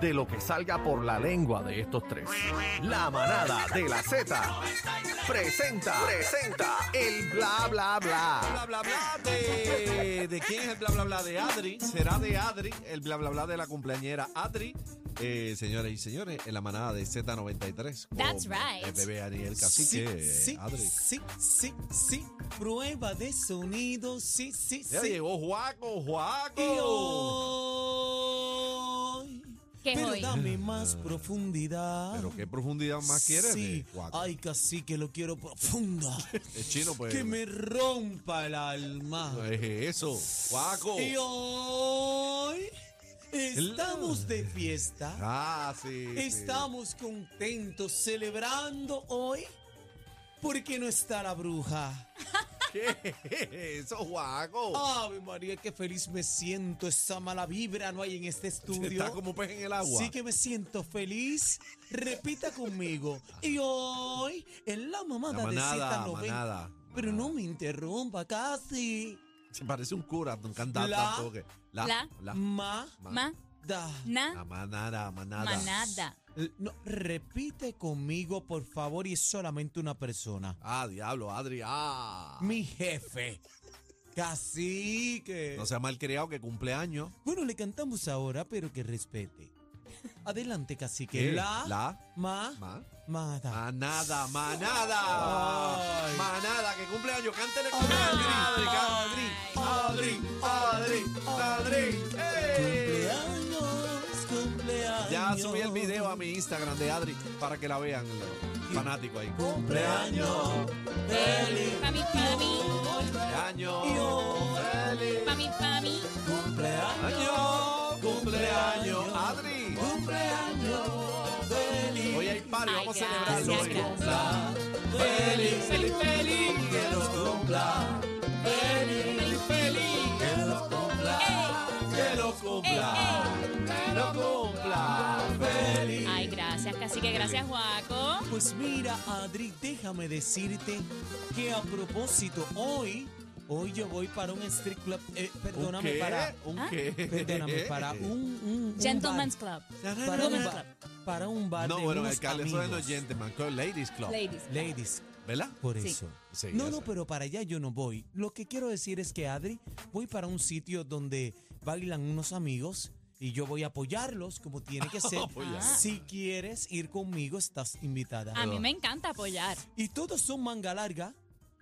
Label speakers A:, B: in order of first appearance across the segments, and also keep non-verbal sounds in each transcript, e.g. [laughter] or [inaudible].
A: de lo que salga por la lengua de estos tres. La manada de la Z presenta, presenta el bla bla bla.
B: Bla bla bla de. ¿De quién es el bla bla bla? De Adri. Será de Adri el bla bla bla de la cumpleañera Adri. Eh, señoras y señores, en la manada de Z93. con eh,
C: That's right.
B: El bebé Ariel Cacique. eh,
D: sí,
B: Adri.
D: sí, sí, sí. Prueba de sonido, sí, sí,
B: Ya
D: sí.
B: llegó Juaco,
D: Y
B: Juaco.
D: hoy.
C: ¿Qué es
D: pero
C: hoy?
D: dame más profundidad.
B: Ah. Pero qué profundidad más quieres de
D: Sí.
B: Juaco.
D: Ay, casi que lo quiero
B: [laughs]
D: profunda.
B: Es chino, pues.
D: que me rompa el alma.
B: No es eso. Juaco.
D: Y hoy estamos de fiesta.
B: Ah, sí. sí.
D: Estamos contentos celebrando hoy porque no está la bruja.
B: ¿Qué es [laughs] eso, Juaco?
D: Ave María, qué feliz me siento. Esa mala vibra no hay en este estudio.
B: Está como pez en el agua.
D: Sí que me siento feliz. Repita conmigo. Y hoy en la mamada,
B: La manada,
D: de Z90.
B: manada.
D: Pero no me interrumpa casi.
B: Se parece un cura, un cantante.
D: La-
B: tanto que- La,
C: La-
B: la,
D: Ma
B: ma-
C: Ma,
D: da.
C: na,
B: la manada, manada.
C: manada.
D: L- No, repite conmigo, por favor, y es solamente una persona.
B: Ah, diablo, Adri. Ah.
D: Mi jefe. Cacique.
B: No sea malcriado que cumpleaños.
D: Bueno, le cantamos ahora, pero que respete. Adelante, cacique.
B: ¿Qué?
D: La,
B: La.
D: ma,
B: Ma.
D: mada.
B: Manada, manada.
D: Ay.
B: Manada, que cumpleaños. Cántele cumpleaños. Adri, Adri, Adri, Adri, Adri. ¡Ey!
D: Cumpleaños, cumpleaños.
B: Ya subí el video a mi Instagram de Adri para que la vean. lo- Fanático ahí.
D: Cumpleaños, feliz.
C: Eh, Pa' mí, pa' mí.
B: Cumpleaños. Feliz.
C: Pa' mí, pa' mí.
B: Cumpleaños, cumpleaños, Adri.
D: Cumpleaños, feliz.
B: Hoy hay party, vamos a
C: Ay,
B: celebrarlo hoy.
C: gracias,
D: feliz,
C: feliz, feliz,
D: que los cumpla.
C: Feliz, feliz.
B: Que lo cumpla, que lo cumpla, que lo cumpla, feliz.
C: Ay, gracias, cacique. Gracias, Juaco.
D: Pues mira, Adri, déjame decirte que a propósito, hoy, hoy yo voy para un strip club. eh,
B: ¿Un
D: perdóname,
B: qué?
D: para.
B: ¿Un
C: ¿Ah?
B: qué?
D: Perdóname,
B: [laughs]
D: para un. un- un
C: Gentleman's
D: bar.
C: Club.
D: Para un
C: Women's
D: bar. Para un bar.
B: No,
D: de
B: bueno,
D: unos
B: alcalde, eso es
D: amigos.
B: los gentleman, que es ladies club,
C: Ladies.
D: Ladies,
B: ¿verdad?
D: por
C: Sí.
D: eso.
B: Sí,
D: no,
B: ya
D: no,
B: sé.
D: pero para allá yo no voy. Lo que quiero decir es que, Adri, voy para un sitio donde bailan unos amigos y yo voy a apoyarlos como tiene [laughs] que ser.
B: Apoyar.
D: Si quieres ir conmigo, estás invitada.
C: Ah, A mí me encanta apoyar.
D: Y todos son manga larga.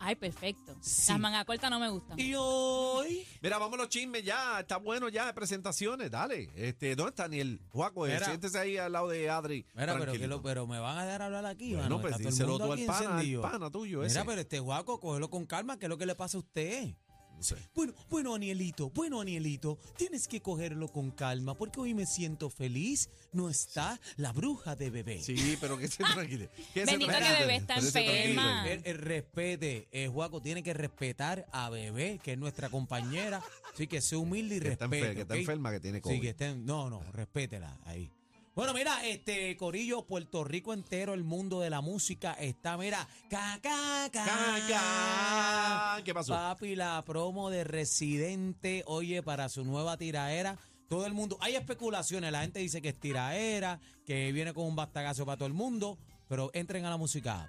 C: Ay, perfecto.
D: Sí.
C: Las mangas cortas no me gustan.
D: Y hoy...
B: Mira, vamos los chismes ya, está bueno ya de presentaciones, dale. Este, ¿dónde está Daniel? Juaco, eh,
D: Mira.
B: siéntese ahí al lado de Adri.
D: Mira, pero, que
B: tranquilito.
D: lo- pero me van a dejar hablar aquí,
B: Bueno,
D: mano.
B: pues
D: Está todo el
B: díselo
D: mundo
B: tú al
D: aquí
B: pana, al
D: encendido.
B: pana tuyo
D: Mira,
B: ese.
D: pero este guaco, cógelo con calma, que es lo que le pasa a usted.
B: No sé.
D: Bueno, bueno, Anielito, bueno, Anielito, tienes que cogerlo con calma, porque hoy me siento feliz. No está la bruja de bebé.
B: Sí, pero que se tranquilo. Que se
C: Bendito que
B: tranquilo.
C: bebé está
B: Que se
C: enferma.
B: tranquilo.
D: El, el respete, eh, Juaco tiene que respetar a Bebé, que es nuestra compañera. Así que sea humilde y
B: Que está, enfer-
D: respete.
B: que está
D: ¿ok?
B: enferma, que tiene COVID.
D: Sí, que estén. No, no, respétela ahí. Bueno, mira, este Corillo, Puerto Rico entero, el mundo de la música está, mira, ca, ca, ca.
B: Ca, ca. ¿Qué pasó?
D: Papi, la promo de Residente, oye, para su nueva tiraera. Todo el mundo, hay especulaciones, la gente dice que es tiraera, que viene con un bastagazo para todo el mundo, pero entren a la música.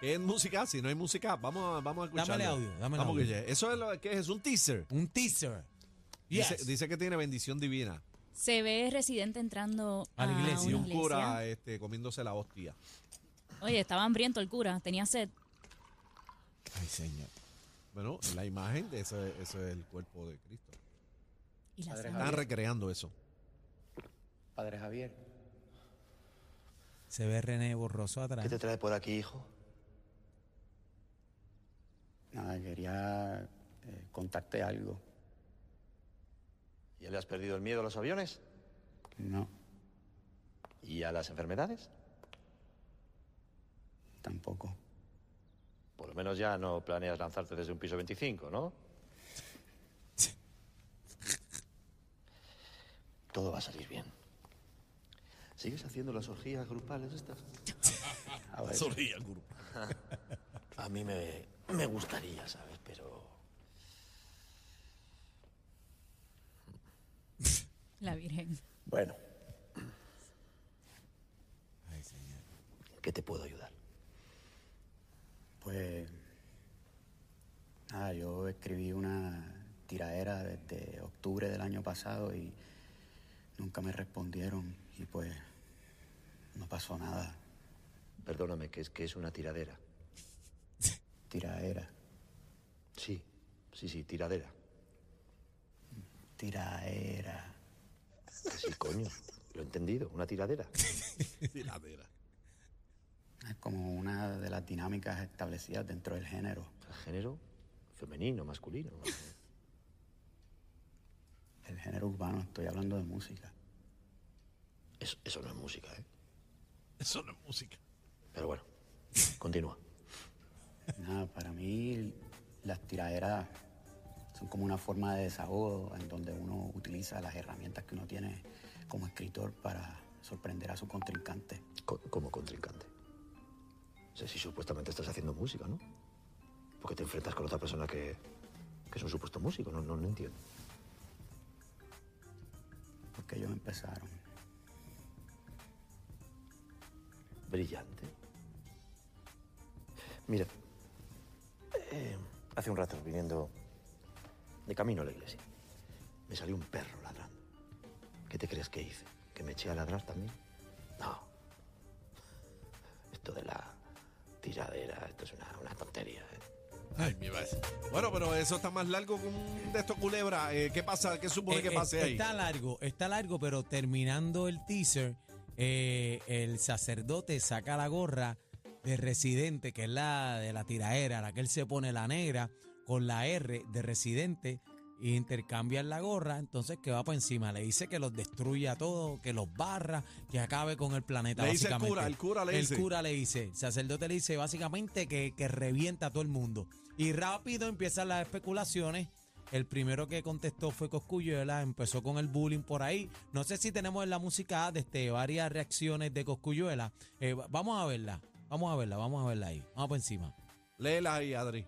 B: ¿Qué es música? Si no hay música, vamos a, vamos a escucharlo.
D: Dámele audio, dámele
B: Vamos a
D: audio.
B: escuchar. Eso es lo que es, es un teaser.
D: Un teaser.
B: Dice,
D: Yes.
B: dice que tiene bendición divina.
C: Se ve residente entrando
D: A la iglesia. eh.
B: Y
C: una
B: un
C: iglesia.
B: cura este, comiéndose la hostia.
C: Oye, estaba hambriento el cura. Tenía sed.
D: Ay, señor.
B: Bueno, en la imagen de eso, eso es el cuerpo de Cristo.
C: Y la sangre.
B: Están recreando
D: [laughs]
B: eso.
E: Padre Javier,
D: Se ve René borroso atrás.
E: ¿qué te trae por aquí, hijo? Nada, quería eh, contarte algo.
F: ¿Ya le has perdido el miedo a los aviones?
E: No,
F: ¿Y a las enfermedades?
E: tampoco.
F: Por lo menos ya no planeas lanzarte desde un piso 25, ¿no? Todo va a salir bien. ¿Sigues haciendo las orgías grupales estas?
E: A ver,
F: [laughs] A mí me, me gustaría, ¿sabes? Pero...
C: La Virgen.
E: bueno,
F: ¿Qué te puedo ayudar?
E: Pues. Nada, yo escribí una tiradera desde octubre del año pasado y nunca me respondieron y pues no pasó nada.
F: Perdóname, que es que es una tiradera.
E: Tiradera,
F: Sí, sí, sí, tiradera.
E: tiradera.
F: Que Sí, coño. Lo he entendido, una tiradera.
B: Tiradera.
E: Es como una de las dinámicas establecidas dentro del género.
F: Género femenino, masculino.
E: El género urbano, estoy hablando de música.
F: Eso, eso no es música, ¿eh?
B: Eso no es música.
F: Pero bueno, continúa.
E: Nada, para mí las tiraderas son como una forma de desahogo en donde uno utiliza las herramientas que uno tiene como escritor para sorprender a su contrincante.
F: Co- como contrincante. O sea, si supuestamente estás haciendo música, ¿no? Porque te enfrentas con otra persona que, que es un supuesto músico, no, no, no entiendo.
E: Porque ellos empezaron.
F: Brillante. Mira, eh, hace un rato viniendo de camino a la iglesia, me salió un perro ladrando. ¿Qué te crees que hice? ¿Que me eché a ladrar también? No. Esto de la tiradera, esto es una, una tontería. ¿eh?
B: Ay, mi madre. Bueno, pero eso está más largo que un de estos culebra. Eh, ¿Qué pasa? ¿Qué supone
D: Eh,
B: que
D: eh,
B: pase ahí?
D: Está largo, está largo, pero terminando el teaser, eh, el sacerdote saca la gorra de residente, que es la de la tiraera, la que él se pone la negra, con la R de residente, y intercambian la gorra, entonces que va por encima, le dice que los destruya a todos, que los barra, que acabe con el planeta.
B: Le dice el
D: básicamente.
B: cura, el cura le dice.
D: El cura le dice, el sacerdote le dice básicamente que, que revienta a todo el mundo. Y rápido empiezan las especulaciones. El primero que contestó fue Cosculluela, empezó con el bullying por ahí. No sé si tenemos en la música desde varias reacciones de Cosculluela. Eh, va- vamos a verla, vamos a verla, vamos a verla ahí. Vamos por encima.
B: Léela ahí, Adri.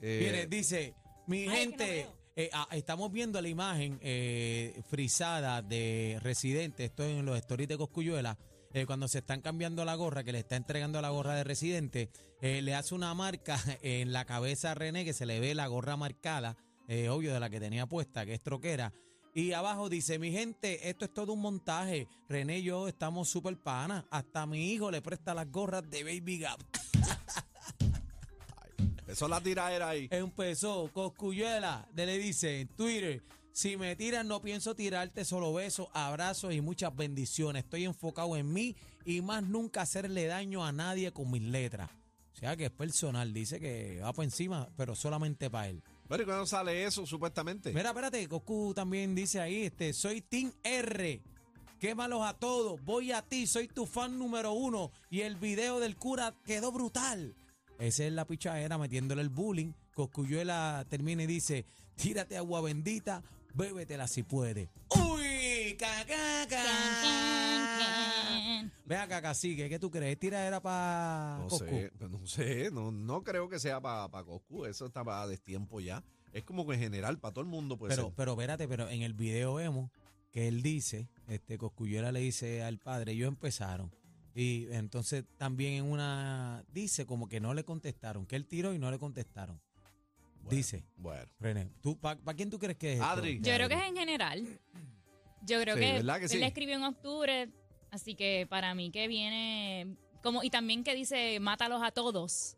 B: Eh,
D: Viene, dice, mi
C: Ay, que
D: gente,
C: no veo.
D: eh, ah, estamos viendo la imagen eh, frisada de Residente, esto en los stories de Coscuyuela, eh, cuando se están cambiando la gorra, que le está entregando la gorra de Residente, eh, le hace una marca [laughs] en la cabeza a René, que se le ve la gorra marcada, eh, obvio de la que tenía puesta, que es troquera. Y abajo dice, mi gente, esto es todo un montaje. René y yo estamos súper panas. Hasta mi hijo le presta las gorras de Baby Gap.
B: Eso es la tiradera ahí.
D: Empezó Coscuyuela, de le dice en Twitter, si me tiras no pienso tirarte, solo besos, abrazos y muchas bendiciones. Estoy enfocado en mí y más nunca hacerle daño a nadie con mis letras. O sea que es personal, dice que va por encima, pero solamente para él.
B: Bueno, ¿y cuándo sale eso, supuestamente?
D: Mira, espérate, Coscu también dice ahí, este, soy Team R. Quémalos a todos, voy a ti, soy tu fan número uno. Y el video del cura quedó brutal. Esa es la pichadera metiéndole el bullying. Coscuyuela termina y dice, tírate agua bendita, bébetela si puedes. ¡Uy! ¡Cacaca! Ve acá, cacique, ¿qué tú crees? ¿Tiradera para
B: No sé, pues no sé, no, no creo que sea para Coscu, eso está para destiempo ya. Es como que en general, para todo el mundo puede
D: pero,
B: ser.
D: pero espérate, pero en el video vemos que él dice, este Cosculluela le dice al padre, ellos empezaron. Y entonces también en una dice como que no le contestaron, que él tiró y no le contestaron.
B: Bueno,
D: dice.
B: Bueno.
D: René, ¿tú, ¿para quién tú crees que es? esto?
B: Adri.
C: Yo creo que es en general. Yo creo
B: Sí,
C: que,
B: ¿verdad que sí?
C: él la escribió en octubre, así que para mí que viene como y también que dice mátalos a todos.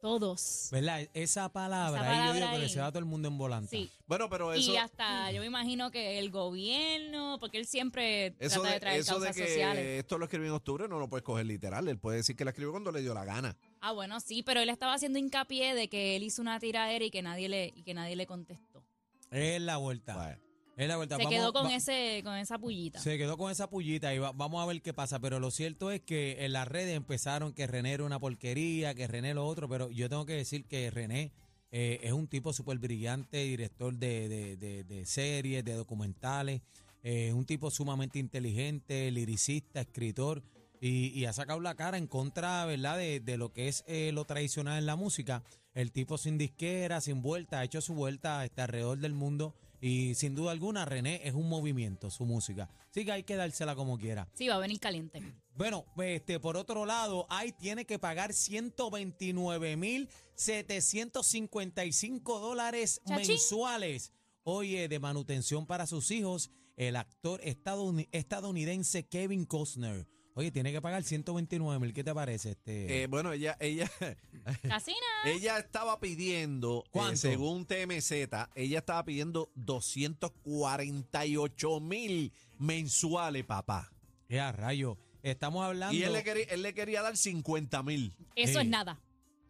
C: Todos.
D: ¿Verdad? Esa palabra,
C: Esa
D: ahí yo
C: palabra
D: digo que le
C: ahí.
D: se va a todo el mundo en volante.
C: Sí.
B: Bueno, pero eso.
C: Y hasta yo me imagino que el gobierno, porque él siempre
B: Eso
C: trata de,
B: de,
C: traer
B: eso de
C: causas
B: que
C: sociales.
B: esto lo escribió en octubre no lo puedes coger literal. Él puede decir que la escribió cuando le dio la gana.
C: Ah, bueno, sí, pero él estaba haciendo hincapié de que él hizo una tiradera y que nadie le y que nadie le contestó.
D: Es la vuelta.
B: Bueno.
D: Es la vuelta.
C: Se
D: Vamos-
C: quedó con
D: va-
C: ese con esa pullita.
D: Se quedó con esa pullita y va- vamos a ver qué pasa. Pero lo cierto es que en las redes empezaron que René era una porquería, que René lo otro, pero yo tengo que decir que René eh, es un tipo súper brillante, director de, de- de- de series, de documentales, eh, es un tipo sumamente inteligente, liricista, escritor. Y, y ha sacado la cara en contra, ¿verdad?, de, de lo que es eh, lo tradicional en la música. El tipo sin disquera, sin vuelta, ha hecho su vuelta está alrededor del mundo Y sin duda alguna, René es un movimiento, su música. Así que hay que dársela como quiera.
C: Sí, va a venir
B: [laughs]
C: caliente.
D: Bueno, este, por otro lado, hay tiene que pagar 129.755 dólares
C: Chachín.
D: mensuales. Oye, de manutención para sus hijos, el actor estadouni- estadounidense Kevin Costner. Oye, tiene que pagar 129.000. ¿Qué te parece? Este?
B: Eh, bueno, ella, ella, [laughs]
C: Casina.
B: ella estaba pidiendo, eh,
D: ¿Cuánto?
B: según TMZ, ella estaba pidiendo 248 mil mensuales, papá.
D: ya, Eh, rayo. Estamos hablando.
B: Y él le, quería, él le quería dar 50 mil.
C: Eso
D: Ey.
C: es nada.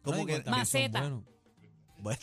D: No,
B: ¿Cómo
D: y
B: que-
D: cuántas veces son
C: Maceta.
D: buenos.
B: Bueno,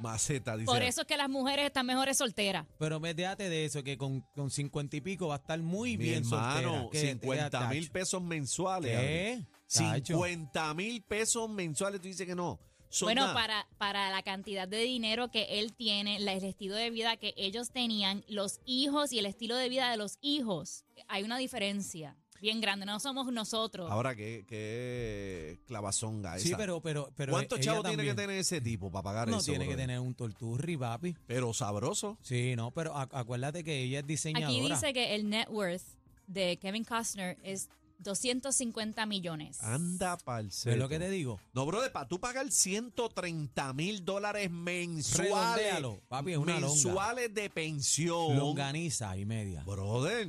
B: Maceta, dice.
C: Por eso es que las mujeres están mejores solteras.
D: Pero me déjate de eso, que con, con 50 y pico va a estar muy
B: Mi
D: bien
B: hermano,
D: soltera. Que te
B: 50
D: da
B: mil
D: tacho.
B: pesos mensuales. Adri.
D: ¿Qué? Tacho.
B: 50 mil pesos mensuales, tú dices que no. Son
C: Bueno,
B: nada.
C: para, para la cantidad de dinero que él tiene, la- el estilo de vida que ellos tenían, los hijos y el estilo de vida de los hijos, hay una diferencia bien grande. No somos nosotros.
B: Ahora, qué, qué clavazonga
D: Sí,
B: esa.
D: pero, pero, pero.
B: ¿Cuántos
D: ella
B: chavos tiene que
D: también-
B: tener ese tipo para pagar
D: No
B: eso?
D: tiene que
B: brother?
D: tener un torturri, papi.
B: Pero sabroso.
D: Sí, no, pero ac- acuérdate que ella es diseñadora.
C: Aquí dice que el net worth de Kevin Costner es 250 millones.
B: Anda pa'l
D: ¿Ves
B: seto.
D: Pues lo que te digo?
B: No, brother, para tú pagar 130 mil dólares mensuales.
D: Redondéalo, papi, es una longa.
B: mensuales de pensión.
D: Longaniza y media.
B: Brother.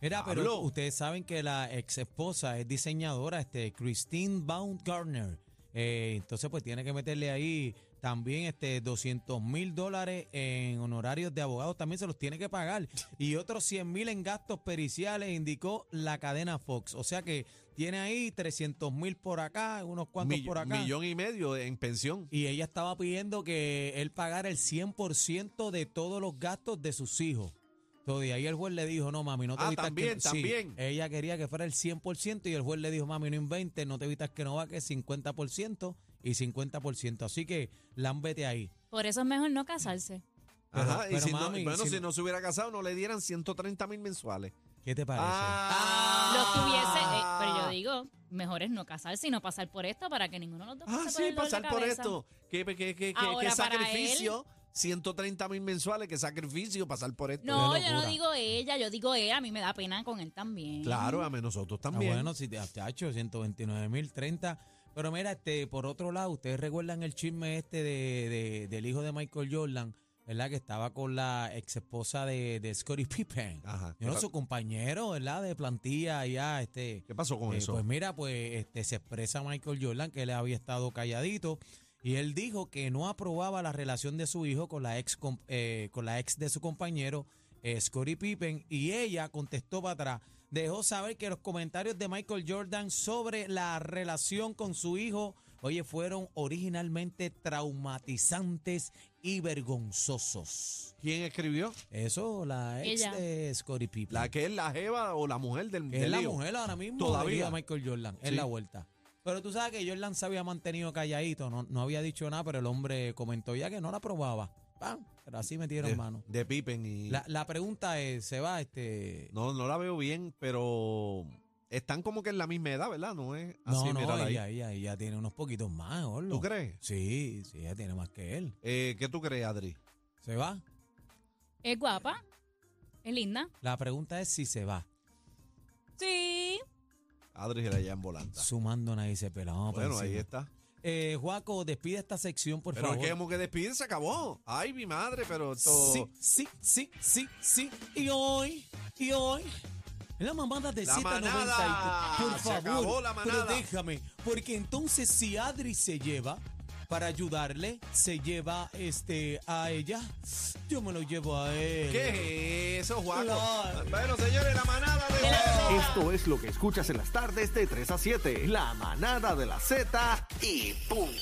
D: Mira, pero
B: Pablo.
D: ustedes saben que la ex esposa es diseñadora, este, Christine Baumgartner. Eh, entonces, pues tiene que meterle ahí también este 200 mil dólares en honorarios de abogados, también se los tiene que pagar. Y otros 100 mil en gastos periciales, indicó la cadena Fox. O sea que tiene ahí 300 mil por acá, unos cuantos
B: mill-
D: por acá.
B: Millón y medio en pensión.
D: Y ella estaba pidiendo que él pagara el 100% de todos los gastos de sus hijos. Entonces, y ahí el juez le dijo, no, mami, no te
B: Ah,
D: vistas
B: también,
D: que...
B: también.
D: ella quería que fuera el 100% y el juez le dijo, mami, no inventes, no te vistas que no va, que es 50% y 50%. Así que, lámbete ahí.
C: Por eso es mejor no casarse.
D: Pero-
B: Ajá, y
D: pero,
B: si
D: mami,
B: no, bueno,
D: si
B: si,
D: no-
B: no se hubiera casado, no le dieran 130 mil mensuales.
D: ¿Qué te parece?
B: Ah.
C: Los tuviese, eh, pero yo digo, mejor es no casarse y no pasar por esto para que ninguno de los dos
B: Ah,
C: pase
B: sí,
C: el dolor de
B: pasar por
C: cabeza.
B: esto. ¿Qué, qué, qué, qué- qué
C: Ahora, para
B: sacrificio? 130 mil mensuales, qué sacrificio pasar por esto.
C: No,
B: Qué
C: yo no
B: locura.
C: digo ella, yo digo él, a mí me da pena con él también.
B: Claro, a nosotros
D: Ah,
B: también.
D: bueno, si te has hecho 129 mil, 30. Pero mira, este, por otro lado, ustedes recuerdan el chisme este de, de- del hijo de Michael Jordan, ¿verdad? Que estaba con la ex esposa de, de Scottie Pippen.
B: Ajá.
D: Yo no, su compañero, ¿verdad? De plantilla allá, este.
B: ¿Qué pasó con
D: Eh,
B: eso?
D: Pues mira, pues este, se expresa Michael Jordan que él había estado calladito y él dijo que no aprobaba la relación de su hijo con la ex, com- eh, con la ex de su compañero, eh, Scottie Pippen, y ella contestó para atrás. Dejó saber que los comentarios de Michael Jordan sobre la relación con su hijo, oye, fueron originalmente traumatizantes y vergonzosos.
B: ¿Quién escribió?
D: Eso, la ex
C: Ella.
D: de Scottie Pippen.
B: ¿La que es la jeva o la mujer del
D: Que es
B: del
D: la
B: lío?
D: mujer ahora mismo
B: Todavía.
D: debido a Michael Jordan, es
B: Sí.
D: la vuelta. Pero tú sabes que Jordan se había mantenido calladito, no, no había dicho nada, pero el hombre comentó ya que no la probaba. Pam, pero así metieron
B: de,
D: mano.
B: de Pippen y...
D: La, la pregunta es, se va este...
B: No, no la veo bien, pero están como que en la misma edad, ¿verdad? No es así,
D: no, no,
B: mírala ahí.
D: ella, ella, ella tiene unos poquitos más, Orlo.
B: ¿Tú crees?
D: Sí, sí, ella tiene más que él.
B: Eh, ¿Qué tú crees, Adri?
D: ¿Se va?
C: Es guapa, es linda.
D: La pregunta es si se va.
B: Ah.
C: Sí.
B: Adri se la lleva en volanta.
D: Sumando nadie se pela. Vamos por
B: Bueno, ahí
D: encima.
B: está.
D: Eh, Juaco, despide esta sección, por
B: Pero es
D: favor.
B: que como que despedir se acabó. Ay, mi madre, pero esto...
D: Sí, sí, sí, sí, sí. Y hoy, y hoy. La mamada de
B: La
D: Z93.
B: manada.
D: Por
B: Se
D: favor,
B: acabó la manada.
D: pero déjame. Porque entonces si Adri se lleva para ayudarle, se lleva este a ella, yo me lo llevo a él.
B: ¿Qué es eso, Juaco?
D: Claro.
B: Bueno, señores, la manada de...
C: De la
B: Zeta.
A: Esto es lo que escuchas en las tardes de 3 a 7. La manada de la Z y punto.